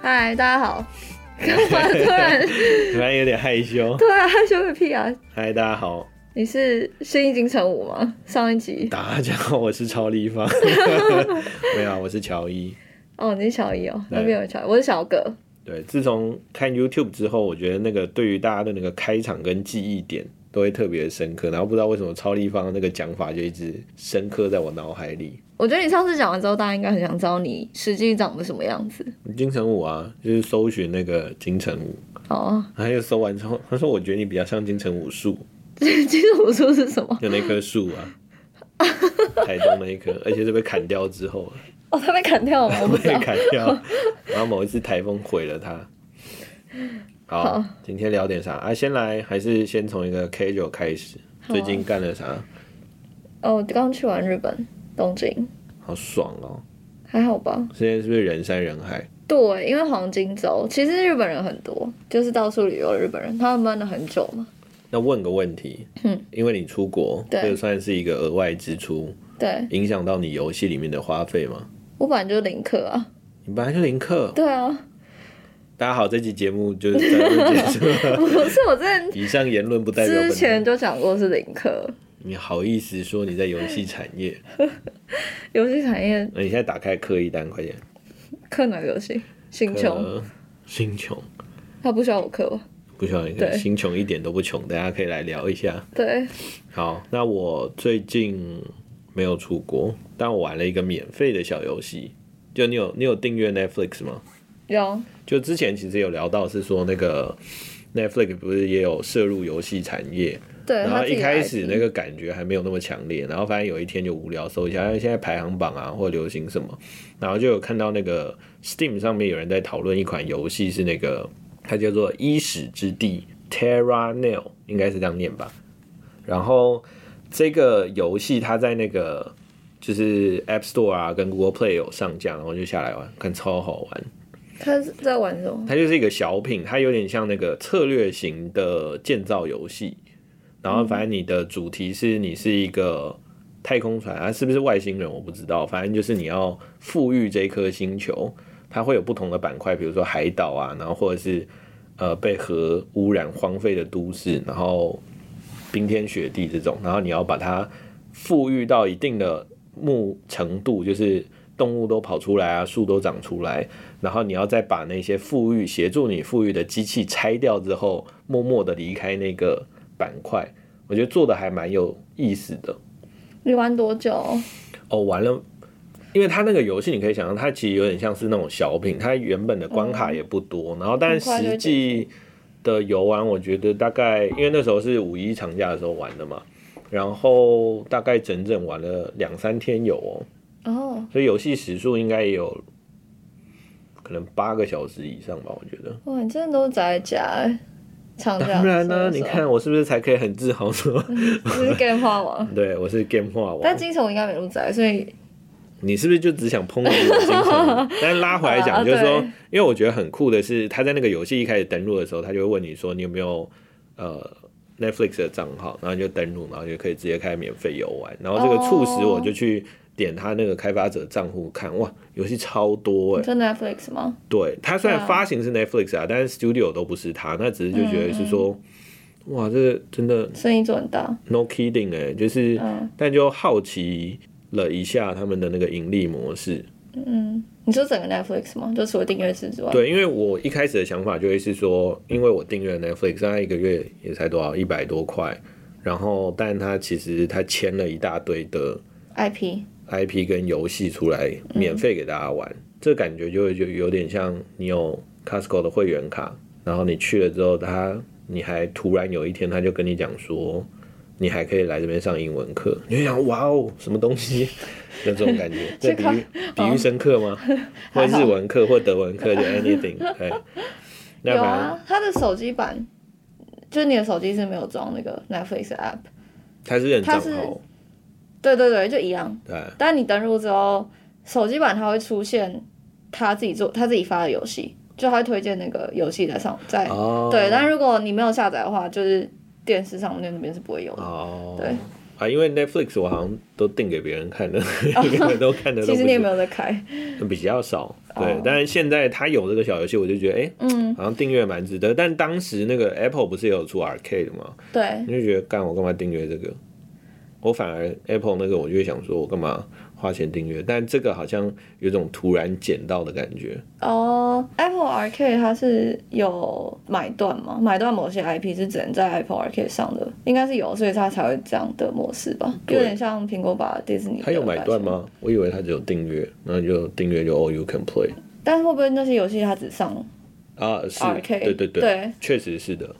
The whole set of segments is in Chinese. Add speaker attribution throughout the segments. Speaker 1: 嗨，大家 好。干嘛突然
Speaker 2: 突然有点害羞。
Speaker 1: 突然害羞个屁啊？
Speaker 2: 嗨，大家好，
Speaker 1: 你是新一金城武吗？上一集
Speaker 2: 大家好，我是超立方。没有啊，我是乔伊。
Speaker 1: 哦，你是小一哦，
Speaker 2: 对
Speaker 1: 那边有小一，我是小葛。
Speaker 2: 对，自从看 YouTube 之后，我觉得那个对于大家的那个开场跟记忆点都会特别深刻，然后不知道为什么超立方的那个讲法就一直深刻在我脑海里。
Speaker 1: 我觉得你上次讲完之后，大家应该很想知道你实际长得什么样子。
Speaker 2: 金城武啊，就是搜寻那个金城武，
Speaker 1: 哦，
Speaker 2: 然后又搜完之后，他说我觉得你比较像金城武树，
Speaker 1: 金城武说是什么？
Speaker 2: 就那棵树啊，台东那一棵，而且是被砍掉之后，
Speaker 1: 哦，他被砍掉了，我 不知
Speaker 2: 被
Speaker 1: 道。
Speaker 2: 砍掉，然后某一次台风毁了它。好，
Speaker 1: 好
Speaker 2: 今天聊点啥啊？先来还是先从一个 K 九开始？
Speaker 1: 好啊
Speaker 2: 最近干了啥？
Speaker 1: 哦，我刚去完日本东京，
Speaker 2: 好爽哦！
Speaker 1: 还好吧？
Speaker 2: 现在是不是人山人海？
Speaker 1: 对，因为黄金周，其实日本人很多，就是到处旅游的日本人，他们闷了很久嘛。
Speaker 2: 那问个问题，
Speaker 1: 嗯，
Speaker 2: 因为你出国，
Speaker 1: 对
Speaker 2: 这个算是一个额外支出，
Speaker 1: 对
Speaker 2: 影响到你游戏里面的花费吗？
Speaker 1: 我本来就零课啊，
Speaker 2: 你本来就零课。
Speaker 1: 对啊，
Speaker 2: 大家好，这期节目就是这样就 结束了。
Speaker 1: 不是我之前
Speaker 2: 以上言论不代表本
Speaker 1: 之
Speaker 2: 台
Speaker 1: 前就讲过是零课，
Speaker 2: 你好意思说你在游戏产业？
Speaker 1: 游戏产业
Speaker 2: 那你现在打开客一单，快点。
Speaker 1: 课哪个游戏？星穹，
Speaker 2: 呃，心穷。
Speaker 1: 他不需要我课吧？
Speaker 2: 不穷，你
Speaker 1: 对
Speaker 2: 看心穷一点都不穷，大家可以来聊一下。
Speaker 1: 对，
Speaker 2: 好，那我最近没有出国，但我玩了一个免费的小游戏。就你有你有订阅 Netflix 吗？
Speaker 1: 有
Speaker 2: 就之前其实有聊到是说那个 Netflix 不是也有涉入游戏产业，
Speaker 1: 对，
Speaker 2: 然
Speaker 1: 他
Speaker 2: 后
Speaker 1: 自己
Speaker 2: 一
Speaker 1: 的
Speaker 2: 开始
Speaker 1: IP
Speaker 2: 那个感觉还没有那么强烈，然后反正有一天就无聊搜一下，哎，现在排行榜啊
Speaker 1: 嗯
Speaker 2: 或流行什么，然后就有看到那个 Steam 上面有人在讨论一款游戏，是那个它叫做《伊始之地》（Terra Nil），应该是这样念吧。然后这个游戏它在那个就是 App Store 啊跟 Google Play 有上架，然后就下来玩，看超好玩。
Speaker 1: 他是在玩什么？
Speaker 2: 它就是一个小品，它有点像那个策略型的建造游戏。然后反正你的主题是你是一个太空船啊，是不是外星人我不知道，反正就是你要富裕这颗星球，它会有不同的板块，比如说海岛啊，然后或者是呃被核污染荒废的都市，然后冰天雪地这种，然后你要把它富裕到一定的目程度，就是动物都跑出来啊，树都长出来，然后你要再把那些富裕协助你富裕的机器拆掉之后，默默的离开那个板块。我觉得做的还蛮有意思的
Speaker 1: 你玩多久？
Speaker 2: 哦。完了，因为它那个游戏你可以想象，它其实有点像是那种小品，它原本的关卡也不多，然后但
Speaker 1: 很快就
Speaker 2: 实
Speaker 1: 会
Speaker 2: 际的游玩，我觉得大概因为那时候是五一长假的时候玩的嘛，然后大概整整玩了两三天有哦。
Speaker 1: 哦，
Speaker 2: 所以游戏时数应该也有可能八个小时以上吧，我觉得。
Speaker 1: 哇，你真的都宅在家欸，长假。
Speaker 2: 当然呢、
Speaker 1: 什么
Speaker 2: 你
Speaker 1: 时候
Speaker 2: 看我是不是才可以很自 豪说，
Speaker 1: 你是 game 花 王，
Speaker 2: 对我是 game 化王
Speaker 1: 但？金城武应该没入宅，所以
Speaker 2: 你是不是就只想抨击我 精神？但拉回来
Speaker 1: 啊
Speaker 2: 讲，就是说，
Speaker 1: 对
Speaker 2: 因为我觉得很酷的是，他在那个游戏一开始登录的时候，他就会问你说你有没有呃 Netflix 的账号，然后你就登录，然后就可以直接开始免费游玩。然后这个促使我就去点他那个开发者账户看，哇，游戏超多哎、
Speaker 1: 你说 Netflix 吗？
Speaker 2: 对，它虽
Speaker 1: 对
Speaker 2: 然
Speaker 1: 啊
Speaker 2: 发行是 Netflix 啊，但是 Studio 都不是它，那只是就觉得是说，哇，这个真的
Speaker 1: 生意做很大，
Speaker 2: no kidding 哎、就是，
Speaker 1: 嗯
Speaker 2: 但就好奇了一下他们的那个盈利模式。
Speaker 1: 嗯，你说整个 Netflix 吗？就除了订阅制之外，
Speaker 2: 对，因为我一开始的想法就会是说，因为我订阅 Netflix，它一个月也才多少一百多块，然后但它其实它签了一大堆的
Speaker 1: IP，
Speaker 2: IP 跟游戏出来
Speaker 1: 嗯
Speaker 2: 免费给大家玩，这感觉就会就有点像你有 Costco 的会员卡，然后你去了之后，他你还突然有一天他就跟你讲说，你还可以来这边上英文课，你就想哇哦，什么东西？就这种感觉， 这比喻比喻深刻吗？
Speaker 1: 哦
Speaker 2: 或
Speaker 1: 还好
Speaker 2: 日文课或德文课就 anything，哎， 那
Speaker 1: 有
Speaker 2: 反正
Speaker 1: 啊，它的手机版，就是你的手机是没有装那个 Netflix 的 app，
Speaker 2: 他是认账
Speaker 1: 它是
Speaker 2: 号，
Speaker 1: 对对对，就一样。
Speaker 2: 对，
Speaker 1: 但你登录之后，手机版它会出现他自己做他自己发的游戏，就它会推荐那个游戏在上在、
Speaker 2: 哦，
Speaker 1: 对。但如果你没有下载的话，就是电视上面那边是不会有的。
Speaker 2: 哦，
Speaker 1: 对，
Speaker 2: 啊，因为 Netflix 我好像都订给别人看的， 别人都看的
Speaker 1: 哦 其
Speaker 2: 都不
Speaker 1: 实你也
Speaker 2: 是
Speaker 1: 没有在开，
Speaker 2: 比较少。
Speaker 1: 哦
Speaker 2: 对，但是现在它有这个小游戏，我就觉得哎、
Speaker 1: 嗯，
Speaker 2: 好像订阅蛮值得。但当时那个 Apple 不是也有出 Arcade 吗？
Speaker 1: 对
Speaker 2: 你就觉得干我干嘛订阅这个？我反而 Apple 那个，我就会想说我干嘛花钱订阅？但这个好像有种突然捡到的感觉。
Speaker 1: 哦、a p p l e Arcade 它是有买断吗？买断某些 IP 是只能在 Apple Arcade 上的，应该是有，所以它才会这样的模式吧，
Speaker 2: 对
Speaker 1: 有点像苹果把 Disney
Speaker 2: 它有买断
Speaker 1: 的版
Speaker 2: 吗？我以为它只有订阅，那就订阅就 All You Can Play
Speaker 1: 权？但是会不会那些游戏它只上
Speaker 2: 啊，是
Speaker 1: Arcade？
Speaker 2: 对对对，
Speaker 1: 对，
Speaker 2: 确实是的。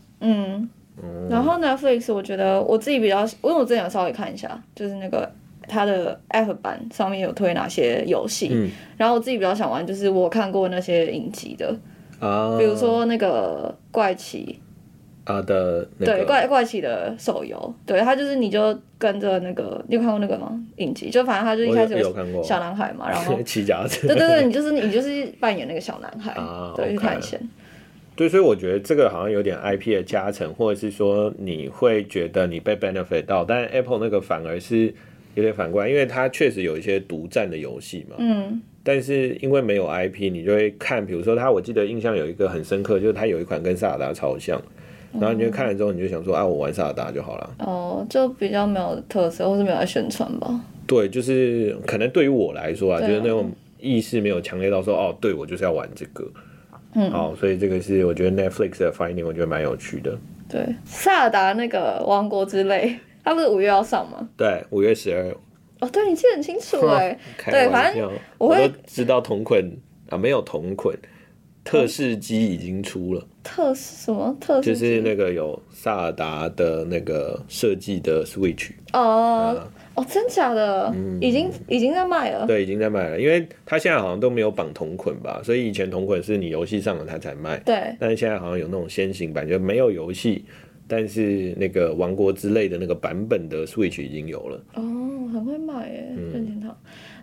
Speaker 1: 嗯，然后 Netflix 我觉得我自己比较，因为我之前有稍微看一下，就是那个它的 App 版上面有推哪些游戏，
Speaker 2: 嗯
Speaker 1: 然后我自己比较想玩就是我看过那些影集的，
Speaker 2: 啊，
Speaker 1: 比如说那个怪奇，
Speaker 2: 啊的那
Speaker 1: 对
Speaker 2: 个
Speaker 1: 怪怪奇的手游，对它就是你就跟着那个，你有看过那个吗？影集就反正它就一
Speaker 2: 我
Speaker 1: 开始
Speaker 2: 有有看过
Speaker 1: 小男孩嘛，然 后
Speaker 2: 骑脚踏车
Speaker 1: 对对对，你就是你就是扮演那个小男孩，
Speaker 2: 啊
Speaker 1: 对，去
Speaker 2: OK
Speaker 1: 探险，
Speaker 2: 对，所以我觉得这个好像有点 IP 的加成，或者是说你会觉得你被 benefit 到，但 Apple 那个反而是有点反过来，因为它确实有一些独占的游戏嘛，
Speaker 1: 嗯
Speaker 2: 但是因为没有 IP，你就会看，比如说它，我记得印象有一个很深刻，就是它有一款跟萨尔达超像，然后你就看了之后，你就想说啊，我玩萨尔达就好了。
Speaker 1: 哦、就比较没有特色，或是没有在宣传吧，
Speaker 2: 对，就是可能对于我来说啊，
Speaker 1: 对啊
Speaker 2: 就是那种意识没有强烈到说哦，对我就是要玩这个。
Speaker 1: 嗯
Speaker 2: 好，所以这个是我觉得 Netflix 的 finding，我觉得蛮有趣的。
Speaker 1: 对，萨尔达那个王国之 泪，它不是五月要上吗？
Speaker 2: 对，五月十二，
Speaker 1: 哦，对，你记得很清楚哎，
Speaker 2: 开
Speaker 1: 对
Speaker 2: 玩
Speaker 1: 反正
Speaker 2: 笑，
Speaker 1: 我
Speaker 2: 我
Speaker 1: 会
Speaker 2: 都知道同捆啊，没有同捆，特仕机已经出了，
Speaker 1: 特什么嗯特
Speaker 2: 就
Speaker 1: 殊
Speaker 2: 是那个有萨尔达的那个设计的 Switch，
Speaker 1: 哦、哦，真假的，已经已经在卖了，
Speaker 2: 呃嗯对，已经在卖了，因为它现在好像都没有绑同捆吧，所以以前同捆是你游戏上了它才卖，
Speaker 1: 对
Speaker 2: 但是现在好像有那种先行版，就没有游戏。但是那个王国之类的那个版本的 Switch 已经有了，
Speaker 1: 哦，很会买耶，
Speaker 2: 嗯
Speaker 1: 任天堂。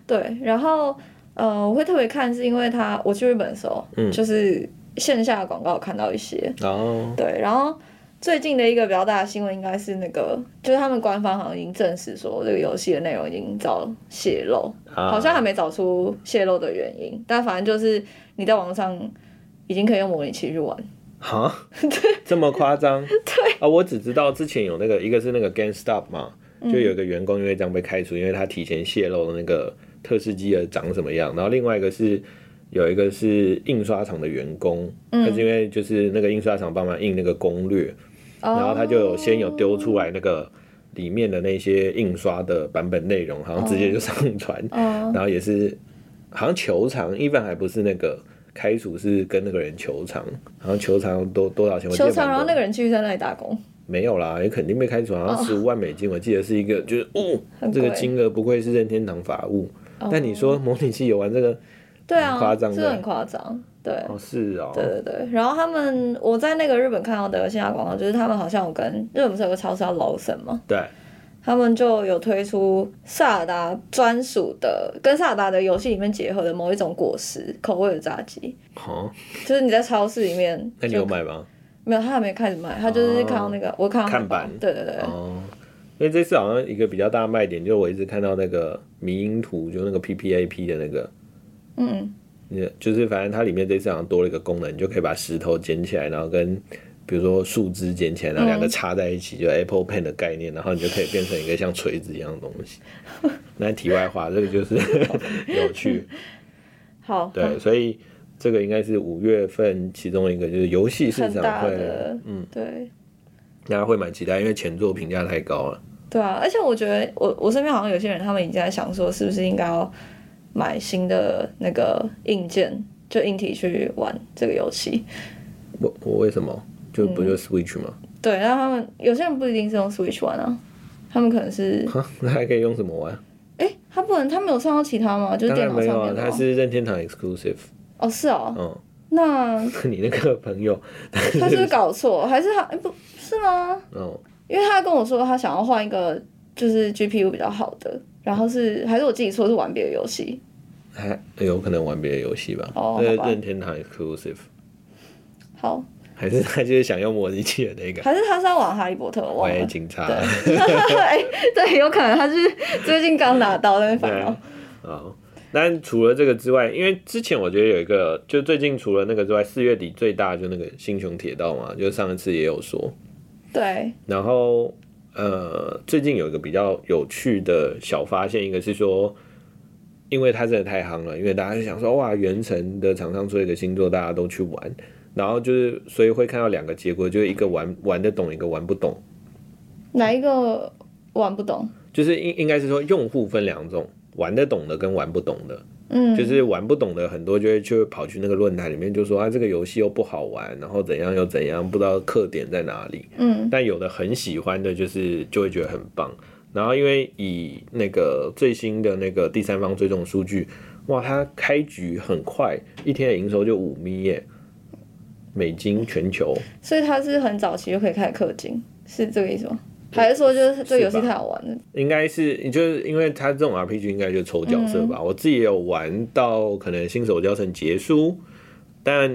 Speaker 1: 对，然后呃，我会特别看，是因为他我去日本的时候，
Speaker 2: 嗯
Speaker 1: 就是线下的广告有看到一些，
Speaker 2: 哦，
Speaker 1: 对，然后最近的一个比较大的新闻应该是那个，就是他们官方好像已经证实说这个游戏的内容已经遭泄露，
Speaker 2: 啊
Speaker 1: 好像还没找出泄露的原因，但反正就是你在网络上已经可以用模拟器去玩，
Speaker 2: 哈，这么夸张？对啊，我只知道之前有那个，一个是那个 GameStop 嘛，就有一个员工因为这样被开除，因为他提前泄露了那个特斯机的长什么样，然后另外一个是。有一个是印刷厂的员工，他是因为就是那个印刷厂帮忙印那个攻略，然
Speaker 1: 然
Speaker 2: 后他就有先有丢出来那个里面的那些印刷的版本内容，好像直接就上传，
Speaker 1: 嗯
Speaker 2: 然后也是好像球场，even 还不是那个开除是跟那个人球场，好像球场多多少钱？我记得
Speaker 1: 球场，
Speaker 2: 蛮
Speaker 1: 然后
Speaker 2: 多
Speaker 1: 那个人继续在那里打工，
Speaker 2: 没有啦，也肯定被开除，好像十五万美金，我记得是一个，就是哦
Speaker 1: 很，
Speaker 2: 这个
Speaker 1: 贵哦
Speaker 2: 金额不愧是任天堂法务。但你说模拟器有玩这个，
Speaker 1: 对啊，
Speaker 2: 很夸张的
Speaker 1: 是很夸张，对。
Speaker 2: 哦是哦，
Speaker 1: 对对对，然后他们，我在那个日本看到的线下广告，就是他们好像有跟日本不是有个超市叫 Lawson 吗？
Speaker 2: 对，
Speaker 1: 他们就有推出萨尔达专属的，跟萨尔达的游戏里面结合的某一种果实口味的炸鸡，
Speaker 2: 哦，
Speaker 1: 就是你在超市里面
Speaker 2: 那你
Speaker 1: 就
Speaker 2: 有买吗？
Speaker 1: 没有？他还没开始卖，他就是看到那个，我看到
Speaker 2: 哦看
Speaker 1: 海报
Speaker 2: 板
Speaker 1: 对对对，
Speaker 2: 哦，因为这次好像一个比较大的卖点，就是我一直看到那个迷因图，就那个 PPAP 的那个，
Speaker 1: 嗯，
Speaker 2: 你就是反正它里面这次好像多了一个功能，你就可以把石头捡起来，然后跟比如说树枝捡起来，然后两
Speaker 1: 嗯
Speaker 2: 个插在一起，就 Apple Pen 的概念，然后你就可以变成一个像锤子一样的东 西。那题外话，这个就是 有趣，
Speaker 1: 好，
Speaker 2: 对，所以这个应该是五月份其中一个就是游戏市
Speaker 1: 很
Speaker 2: 场
Speaker 1: 大
Speaker 2: 会，
Speaker 1: 的，嗯，对。
Speaker 2: 大家会蛮期待，因为前作评价太高了。
Speaker 1: 对啊，而且我觉得我我身边好像有些人，他们已经在想说，是不是应该要买新的那个硬件，就硬体去玩这个游戏。
Speaker 2: 我我为什么就
Speaker 1: 嗯
Speaker 2: 不就 Switch 吗？
Speaker 1: 对，然后他们有些人不一定是用 Switch 玩啊，他们可能是
Speaker 2: 啊，那还可以用什么玩？
Speaker 1: 哎、他不能，他没有上到其他吗？就是
Speaker 2: 当
Speaker 1: 电
Speaker 2: 然
Speaker 1: 脑
Speaker 2: 没有
Speaker 1: 上
Speaker 2: 啊
Speaker 1: 面，的哦
Speaker 2: 它
Speaker 1: 吗？
Speaker 2: 是任天堂 exclusive。
Speaker 1: 哦，是哦，
Speaker 2: 嗯，
Speaker 1: 那
Speaker 2: 你那个朋友，
Speaker 1: 他是不是搞错，还是他、诶不是吗？
Speaker 2: 嗯，
Speaker 1: 因为他跟我说他想要换一个就是 GPU 比较好的，然后是还是我自己说是玩别的游戏
Speaker 2: 还有可能玩别的游戏吧。
Speaker 1: 哦
Speaker 2: 这是
Speaker 1: 好吧
Speaker 2: 任天堂 exclusive。
Speaker 1: 好，
Speaker 2: 还是他就是想用模拟器的那个？
Speaker 1: 还是他是要玩哈利波特？我忘
Speaker 2: 喂，
Speaker 1: 了。
Speaker 2: 警察
Speaker 1: 对， 哎、对，有可能他是最近刚拿到，但是烦恼。
Speaker 2: 啊。但除了这个之外，因为之前我觉得有一个，就最近除了那个之外，四月底最大就那个新雄铁道嘛，就上一次也有说，
Speaker 1: 对，
Speaker 2: 然后呃，最近有一个比较有趣的小发现，一个是说，因为它真的太夯了，因为大家就想说哇，原神的厂商出了一个新作，大家都去玩，然后就是所以会看到两个结果，就是一个玩玩得懂，一个玩不懂，
Speaker 1: 哪一个玩不懂？
Speaker 2: 就是应应该是说用户分两种，玩得懂的跟玩不懂的。
Speaker 1: 嗯，
Speaker 2: 就是玩不懂的很多就会就会跑去那个论坛里面就说啊这个游戏又不好玩，然后怎样又怎样，不知道特点在哪里。
Speaker 1: 嗯，
Speaker 2: 但有的很喜欢的，就是就会觉得很棒。然后因为以那个最新的那个第三方追踪数据，哇，它开局很快，一天的营收就五米耶，美金全球。
Speaker 1: 所以他是很早期就可以开始氪金，是这个意思吗？还是说就是这个游戏
Speaker 2: 是吧
Speaker 1: 太好玩了？
Speaker 2: 应该是，就是因为它这种 RPG 应该就是抽角色吧。我自己也有玩到可能新手教程结束，但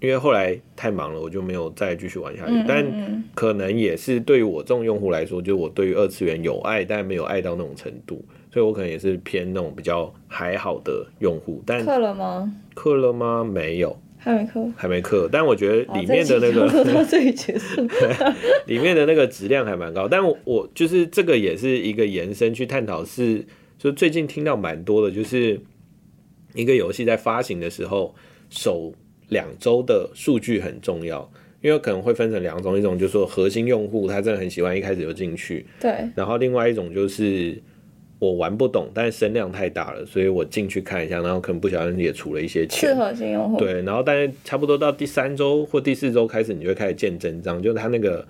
Speaker 2: 因为后来太忙了，我就没有再继续玩下去。
Speaker 1: 嗯
Speaker 2: 哎但
Speaker 1: 嗯嗯
Speaker 2: 可能也是对于我这种用户来说，就是我对于二次元有爱，但没有爱到那种程度，所以我可能也是偏那种比较还好的用户。但
Speaker 1: 氪了吗？
Speaker 2: 氪了吗？没有，
Speaker 1: 还没氪。
Speaker 2: 还没氪。但我觉得
Speaker 1: 好
Speaker 2: 里面
Speaker 1: 这
Speaker 2: 的那
Speaker 1: 一集
Speaker 2: 个、
Speaker 1: 差不多到这里结束。
Speaker 2: 里面的那个质量还蛮高，但我我就是这个也是一个延伸去探讨是，就最近听到蛮多的，就是一个游戏在发行的时候，首两周的数据很重要，因为可能会分成两种，一种就是说核心用户他真的很喜欢，一开始就进去，
Speaker 1: 对，
Speaker 2: 然后另外一种就是我玩不懂，但是声量太大了，所以我进去看一下，然后可能不小心也出了一些 钱
Speaker 1: 适，合新用户。
Speaker 2: 对，然后但是差不多到第三周或第四周开始，你就会开始见真章，就是它那个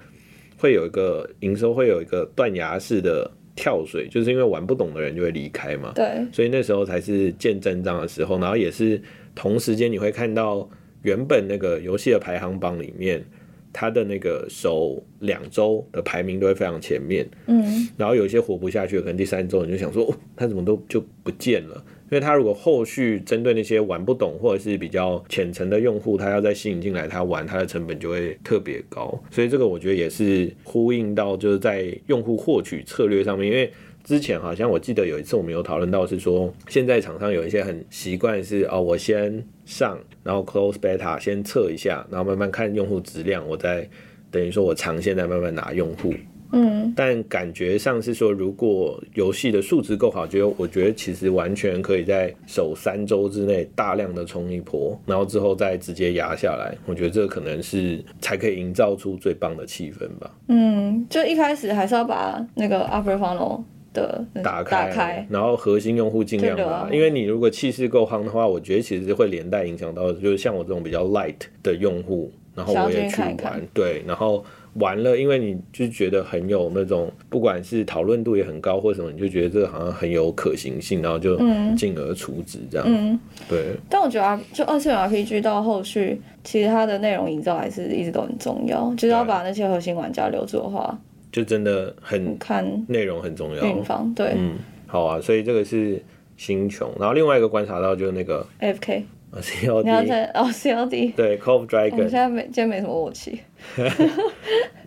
Speaker 2: 会有一个营收会有一个断崖式的跳水，就是因为玩不懂的人就会离开嘛，
Speaker 1: 对，
Speaker 2: 所以那时候才是见真章的时候，然后也是同时间你会看到原本那个游戏的排行榜里面，它的那个首两周的排名都会非常前面，
Speaker 1: 嗯，
Speaker 2: 然后有一些活不下去，可能第三周你就想说，哦，他怎么都就不见了？因为他如果后续针对那些玩不懂或者是比较浅层的用户，他要再吸引进来他玩，他的成本就会特别高。所以这个我觉得也是呼应到就是在用户获取策略上面，因为。之前好像我记得有一次我们有讨论到是说，现在厂商有一些很习惯是哦，我先上，然后 close beta 先测一下，然后慢慢看用户质量，我再等于说我长线再慢慢拿用户。
Speaker 1: 嗯，
Speaker 2: 但感觉上是说，如果游戏的数值够好，就我觉得其实完全可以在首三周之内大量的冲一波，然后之后再直接压下来。我觉得这可能是才可以营造出最棒的气氛吧。
Speaker 1: 嗯，就一开始还是要把那个 upper funnel 的那
Speaker 2: 打
Speaker 1: 呃打
Speaker 2: 开，
Speaker 1: 开。
Speaker 2: 然后核心用户尽量
Speaker 1: 就流
Speaker 2: 拉，
Speaker 1: 啊
Speaker 2: 因为你如果气势够夯的话，我觉得其实会连带影响到，就是像我这种比较 light 的用户，然后
Speaker 1: 想要
Speaker 2: 我也
Speaker 1: 进去
Speaker 2: 去
Speaker 1: 看
Speaker 2: 玩，
Speaker 1: 一看
Speaker 2: 对，然后玩了，因为你就觉得很有那种，不管是讨论度也很高或什么，你就觉得这个好像很有可行性，然后就
Speaker 1: 嗯
Speaker 2: 进而除之这样，
Speaker 1: 嗯，
Speaker 2: 对，
Speaker 1: 但我觉得 R- 就二次元 RPG 到后续，其实它的内容营造还是一直都很重要，就是要把那些核心玩家留住的话，嗯
Speaker 2: 就真的很
Speaker 1: 看
Speaker 2: 内容很重要，
Speaker 1: 运方对
Speaker 2: 嗯，好啊，所以这个是星穹，然后另外一个观察到就是那个
Speaker 1: FK，
Speaker 2: 呃
Speaker 1: 你要
Speaker 2: CLD。
Speaker 1: 在哦 CLD，
Speaker 2: 对，Cove
Speaker 1: 我
Speaker 2: Dragon，
Speaker 1: 们现在没今天没什么默契，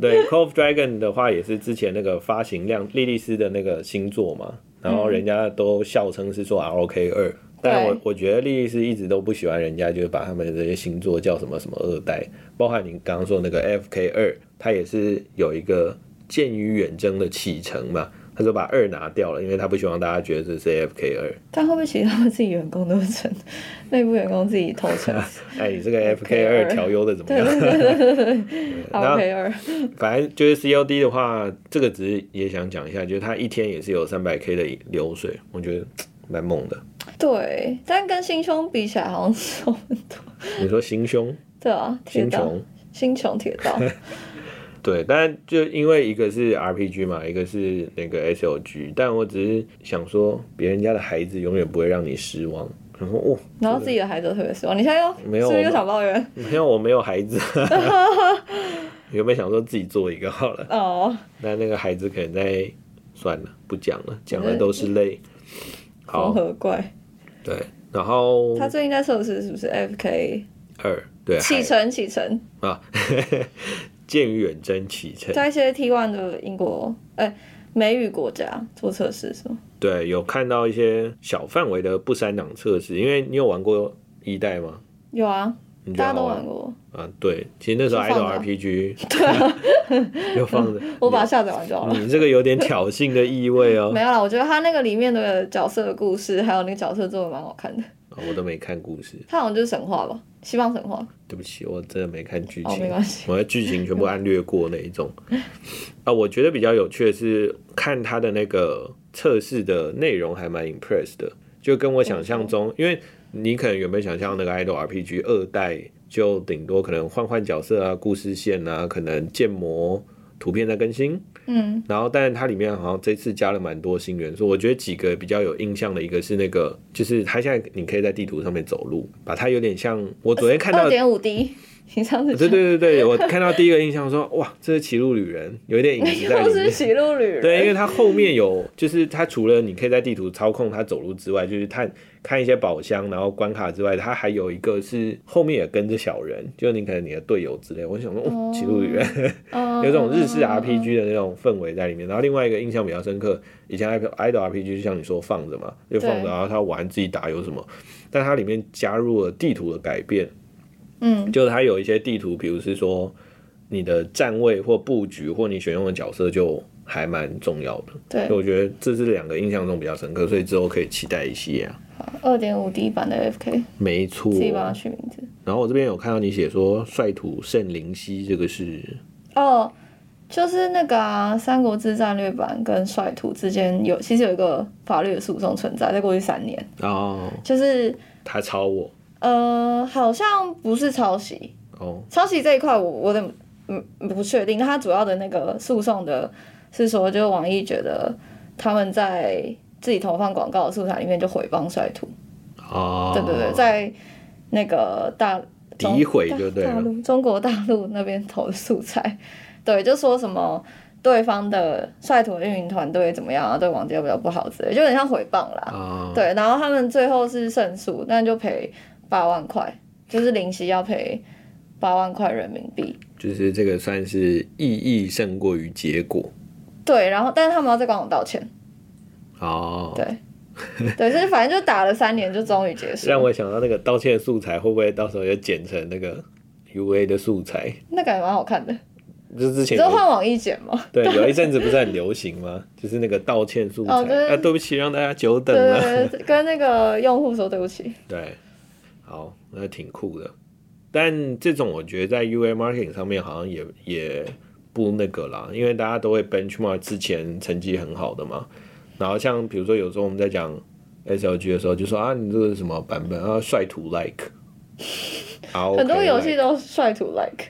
Speaker 2: 对，Cove Dragon 的话也是之前那个发行量莉莉丝的那个星座嘛，然后人家都笑称是说 ROK 二，但我
Speaker 1: 对
Speaker 2: 我觉得莉莉丝一直都不喜欢人家就是把他们的这些星座叫什么什么二代，包含你刚刚说的那个 FK 二，它也是有一个见于远征的启程嘛，他就把二拿掉了，因为他不希望大家觉得这是 FK 二。
Speaker 1: 但会不会其实他们自己员工都成内部员工自己偷 成？
Speaker 2: 哎，你这个 FK 二
Speaker 1: FK2
Speaker 2: 调优的怎么
Speaker 1: 对对
Speaker 2: 样？
Speaker 1: 对对对对
Speaker 2: 那
Speaker 1: ，RK 二，
Speaker 2: 反正就是 COD 的话，这个只是也想讲一下，就是它一天也是有三百 K 的流水，我觉得蛮猛的。
Speaker 1: 对，但跟新兄比起来好像是我们多，
Speaker 2: 你说行凶、
Speaker 1: 对啊，铁
Speaker 2: 星
Speaker 1: 道
Speaker 2: 穹，
Speaker 1: 新穹铁道，
Speaker 2: 对，但就因为一个是 RPG 嘛，一个是那个 SLG，但我只是想说，别人家的孩子永远不会让你失望。然后哦，
Speaker 1: 然后自己的孩子都特别失望，你现在又
Speaker 2: 没有
Speaker 1: 是不是
Speaker 2: 我
Speaker 1: 又想抱怨？
Speaker 2: 没有，我没有孩子，原本想说自己做一个好了，
Speaker 1: 哦。
Speaker 2: 但那个孩子可能在算了，不讲了，讲了都是泪。
Speaker 1: 缝
Speaker 2: 好，
Speaker 1: 合怪。
Speaker 2: 对，然后
Speaker 1: 他最近在测试是不是 FK
Speaker 2: 二对，
Speaker 1: 启
Speaker 2: 海
Speaker 1: 程启程，
Speaker 2: 啊，见远征启程，
Speaker 1: 在一些 T one 的英国哎、美语国家做测试是吗？
Speaker 2: 对，有看到一些小范围的不删档测试，因为你有玩过一代吗？
Speaker 1: 有啊，
Speaker 2: 你觉
Speaker 1: 大家
Speaker 2: 得好
Speaker 1: 都
Speaker 2: 玩
Speaker 1: 玩？过，
Speaker 2: 啊，对，其实那时候
Speaker 1: 就放
Speaker 2: idol
Speaker 1: 着
Speaker 2: RPG 就放着，
Speaker 1: 我把它下载完就好了。
Speaker 2: 你这个有点挑衅的意味哦。
Speaker 1: 没有啦，我觉得他那个里面的角色的故事，还有那个角色做的蛮好看的。
Speaker 2: 啊我都没看故事，
Speaker 1: 他好像就是神话吧，西方神话。
Speaker 2: 对不起，我真的没看剧
Speaker 1: 哦，
Speaker 2: 情
Speaker 1: 没。关系。
Speaker 2: 我的剧情全部按略过那一种。啊，我觉得比较有趣的是看他的那个测试的内容还蛮 impress 的，就跟我想象
Speaker 1: 嗯
Speaker 2: 中，因为你可能原本想象那个 idol RPG 二代就顶多可能换换角色啊、故事线啊，可能建模。图片在更新，
Speaker 1: 嗯，
Speaker 2: 然后但是它里面好像这次加了蛮多新元素。我觉得几个比较有印象的，一个是那个，就是它现在你可以在地图上面走路，把它有点像我昨天看到
Speaker 1: 二点五 D，你上次
Speaker 2: 对对对对，我看到第一个印象说，哇，这是骑路旅人，有一点影子在
Speaker 1: 又
Speaker 2: 里
Speaker 1: 是
Speaker 2: 面。
Speaker 1: 喜路旅人。
Speaker 2: 对，因为它后面有，就是它除了你可以在地图操控它走路之外，就是看看一些宝箱，然后关卡之外，它还有一个是后面也跟着小人，就你可能你的队友之类。我想说，哦，骑路旅人，
Speaker 1: 嗯
Speaker 2: 有种日式
Speaker 1: 嗯
Speaker 2: 啊
Speaker 1: 嗯
Speaker 2: RPG 的那种氛围在里面。然后另外一个印象比较深刻，以前 idol RPG 就像你说放着嘛，就放着，
Speaker 1: 对
Speaker 2: 然后他玩自己打有什么，但它里面加入了地图的改变。
Speaker 1: 嗯，
Speaker 2: 就它有一些地图，比如是说你的站位或布局或你选用的角色就还蛮重要的。所以
Speaker 1: 嗯对，
Speaker 2: 我觉得这是两个印象中比较深刻，所以之后可以期待一些啊。
Speaker 1: 二点五 D 版的 FK，
Speaker 2: 没错
Speaker 1: 自。己帮它取名字。
Speaker 2: 然后我这边有看到你写说率土圣灵溪，这个是
Speaker 1: 哦，就是那个啊，《三国志战略版》跟率土之间有其实有一个法律的诉讼存在，在过去三年，
Speaker 2: 哦，
Speaker 1: 就是
Speaker 2: 他抄我
Speaker 1: 呃，好像不是抄袭，
Speaker 2: 哦，
Speaker 1: 抄袭这一块我我的嗯不确定，但它主要的那个诉讼的是说，就是网易觉得他们在自己投放广告的素材里面就毁谤率土，
Speaker 2: 哦，
Speaker 1: 对对对，在那个大中
Speaker 2: 诋毁就对
Speaker 1: 大大
Speaker 2: 了。
Speaker 1: 陆中国大陆那边投的素材， 对，就说什么。对方的率土的运营团队怎么样啊？对网界比较不好之类，就有点像毁谤啦。
Speaker 2: 啊，
Speaker 1: 对，然后他们最后是胜诉，那就赔八万块，就是林夕要赔八万块人民币。
Speaker 2: 就是这个算是意义胜过于结果
Speaker 1: 对，然后但是他们要再管我道歉，
Speaker 2: 哦。
Speaker 1: 对对，就是反正就打了三年，就终于结束。
Speaker 2: 让我想到那个道歉素材，会不会到时候也剪成那个 U A 的素材？
Speaker 1: 那感觉蛮好看的，
Speaker 2: 就之
Speaker 1: 你
Speaker 2: 前
Speaker 1: 就
Speaker 2: 有
Speaker 1: 换网易剪嘛，
Speaker 2: 对有一阵子不是很流行吗？ 就是那个道歉素材，
Speaker 1: 哦对
Speaker 2: 啊，对不起，让大家久等
Speaker 1: 对
Speaker 2: 了。
Speaker 1: 对对，跟那个用户说对不起。
Speaker 2: 对，好，那挺酷的。但这种我觉得在 UA marketing 上面好像也也不那个啦，因为大家都会 benchmark 之前成绩很好的嘛。然后像比如说有时候我们在讲 SLG 的时候，就说啊，你这个是什么版本啊？率图 like，好
Speaker 1: 很多
Speaker 2: OK，
Speaker 1: 游
Speaker 2: like
Speaker 1: 戏都率土 like，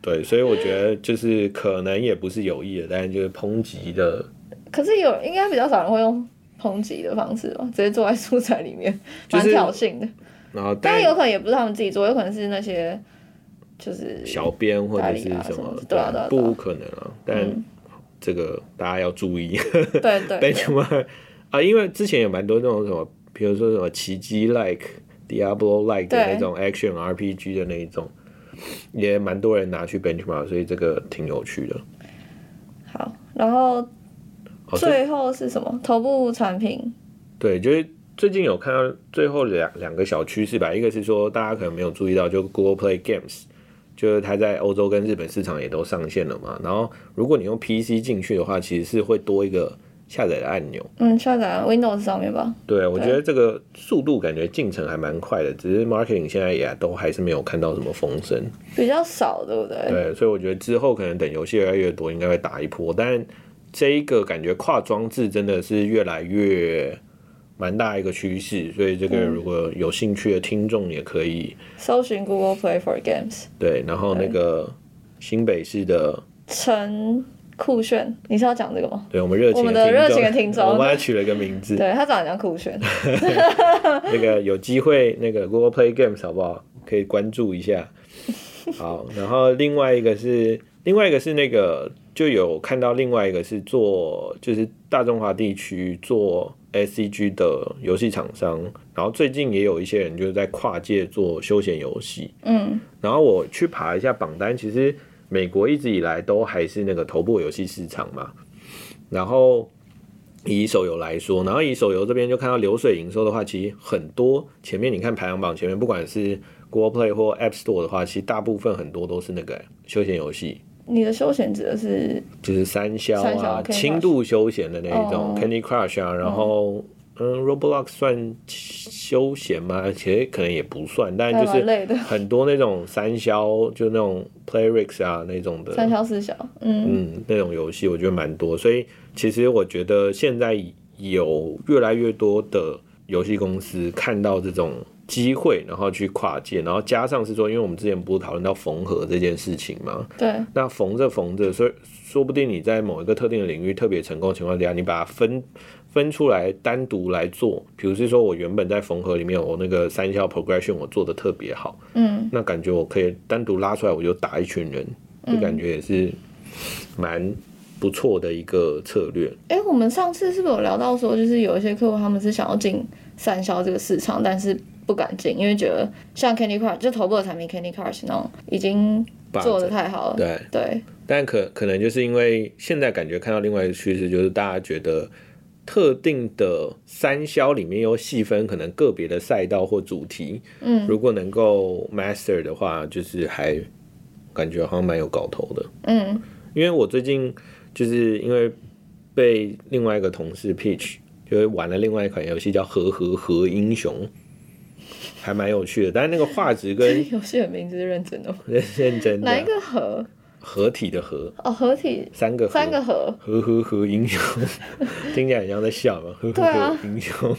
Speaker 2: 对，所以我觉得就是可能也不是有意的，但是就是抨击的，
Speaker 1: 可是有应该比较少人会用抨击的方式吧，直接坐在 素材里面，
Speaker 2: 就
Speaker 1: 蛮
Speaker 2: 是
Speaker 1: 挑衅的。
Speaker 2: 然后
Speaker 1: 但
Speaker 2: 但
Speaker 1: 有可能也不是他们自己做，有可能是那些就是
Speaker 2: 小编或者是
Speaker 1: 代理啊
Speaker 2: 什
Speaker 1: 什么
Speaker 2: 么
Speaker 1: 的，对啊对啊对啊
Speaker 2: 不可能啊，但这个大家要注意
Speaker 1: 对对对
Speaker 2: ，benchmark 啊，因为之前有蛮多那种什么，比如说什么奇迹 like、Diablo like 的
Speaker 1: 对
Speaker 2: 那种 action RPG 的那一种，也蛮多人拿去 benchmark，所以这个挺有趣的。
Speaker 1: 好，然后
Speaker 2: 哦，这
Speaker 1: 最后是什么？头部产品，
Speaker 2: 对，就是最近有看到最后两两个小趋势吧，一个是说大家可能没有注意到，就 Google Play Games，就是它在欧洲跟日本市场也都上线了嘛。然后如果你用 PC 进去的话，其实是会多一个下载的按钮。
Speaker 1: 嗯，下载 Windows 上面吧。
Speaker 2: 对，我觉
Speaker 1: 对
Speaker 2: 得这个速度感觉进程还蛮快的，只是 marketing 现在也都还是没有看到什么风声。
Speaker 1: 比较少，对不对？
Speaker 2: 对，所以我觉得之后可能等游戏越来越多，应该会打一波。但这一个感觉跨装置真的是越来越蛮大一个趋势，所以这
Speaker 1: 嗯
Speaker 2: 个如果有兴趣的听众也可以
Speaker 1: 搜寻 Google Play for Games，
Speaker 2: 对。然后那个新北市的，
Speaker 1: 陈酷炫，你是要讲这个吗？
Speaker 2: 对我们热情
Speaker 1: 我们的热情的听众
Speaker 2: 我们把它取了一个名字。
Speaker 1: 对他长得像酷炫，
Speaker 2: 那个有机会，那个 Google Play Games 好不好？可以关注一下。好，然后另外一个是，另外一个是那个就有看到另外一个是做就是大中华地区做 SCG 的游戏厂商，然后最近也有一些人就是在跨界做休闲游戏。
Speaker 1: 嗯，
Speaker 2: 然后我去爬一下榜单，其实美国一直以来都还是那个头部游戏市场嘛。然后以手游来说，然后以手游这边就看到流水营收的话，其实很多前面你看排行榜前面，不管是 Google Play 或 App Store 的话，其实大部分很多都是那个休闲游戏。
Speaker 1: 你的休闲指的是
Speaker 2: 就是三消
Speaker 1: 三消
Speaker 2: 啊，
Speaker 1: ，Candy Crush
Speaker 2: 轻度休闲的那一
Speaker 1: 哦
Speaker 2: 种、Candy Crush 啊，然后嗯 Roblox 算休闲吗？其实可能也不算，但
Speaker 1: 还
Speaker 2: 就
Speaker 1: 蛮
Speaker 2: 是
Speaker 1: 累的，
Speaker 2: 很多那种三消，就那种 Playrix 啊那种的，
Speaker 1: 三小四小，嗯，
Speaker 2: 嗯，那种游戏我觉得蛮多，所以其实我觉得现在有越来越多的游戏公司看到这种机会，然后去跨界，然后加上是说，因为我们之前不是讨论到缝合这件事情吗？
Speaker 1: 对，
Speaker 2: 那缝着缝着，所以说不定你在某一个特定的领域特别成功的情况下，你把它分分出来单独来做。比如是说我原本在缝合里面，我那个三效 progression 我做的特别好，
Speaker 1: 嗯，
Speaker 2: 那感觉我可以单独拉出来，我就打一群人，
Speaker 1: 嗯
Speaker 2: 就感觉也是蛮不错的一个策略。
Speaker 1: 哎、我们上次是不是有聊到说，就是有一些客户他们是想要进三消这个市场，但是不敢进，因为觉得像 Candy Crush 就头部的产品 Candy Crush 那种已经
Speaker 2: 霸
Speaker 1: 做的
Speaker 2: 占
Speaker 1: 太好了，
Speaker 2: 对，
Speaker 1: 对，
Speaker 2: 但可可能就是因为现在感觉看到另外一个趋势，就是大家觉得特定的三消里面有细分，可能个别的赛道或主题，
Speaker 1: 嗯，
Speaker 2: 如果能够 master 的话，就是还感觉好像蛮有搞头的。
Speaker 1: 嗯
Speaker 2: 因为我最近就是因为被另外一个同事 pitch，就是玩了另外一款游戏叫《和和和英雄》，还蛮有趣的，但是那个画质跟
Speaker 1: 哎 游戏的名字是认真的吗？
Speaker 2: 认真
Speaker 1: 哪一
Speaker 2: 的
Speaker 1: 个合？
Speaker 2: 合体的合。
Speaker 1: 哦，合体
Speaker 2: 三个和
Speaker 1: 三个合，
Speaker 2: 呵呵呵英雄， 听起来很像在笑嘛，呵 呵
Speaker 1: 对啊
Speaker 2: 呵英雄。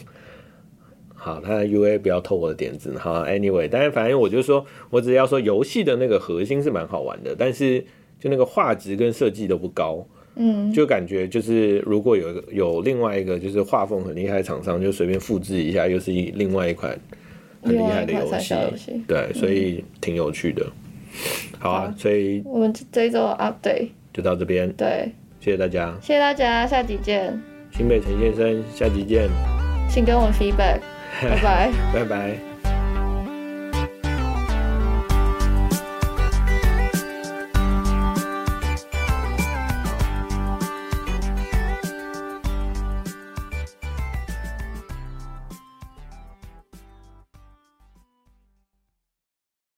Speaker 2: 好，他的 U A 不要偷我的点子。好，Anyway，但是反正我就说，我只是要说游戏的那个核心是蛮好玩的，但是就那个画质跟设计都不高，
Speaker 1: 嗯，
Speaker 2: 就感觉就是如果有一个有另外一个就是画风很厉害的厂商，就随便复制一下，又是一另外一款很厉害的
Speaker 1: 另外一款
Speaker 2: 游
Speaker 1: 三
Speaker 2: 戏
Speaker 1: 消游戏。嗯
Speaker 2: 对，所以挺有趣的。好啊，所以
Speaker 1: 我们这这一周的 update，
Speaker 2: 就到这边，
Speaker 1: 对，
Speaker 2: 谢谢大家。
Speaker 1: 谢谢大家，下集见，
Speaker 2: 新北陈先生，下集见，
Speaker 1: 请给我们 feedback，拜拜。
Speaker 2: 拜拜。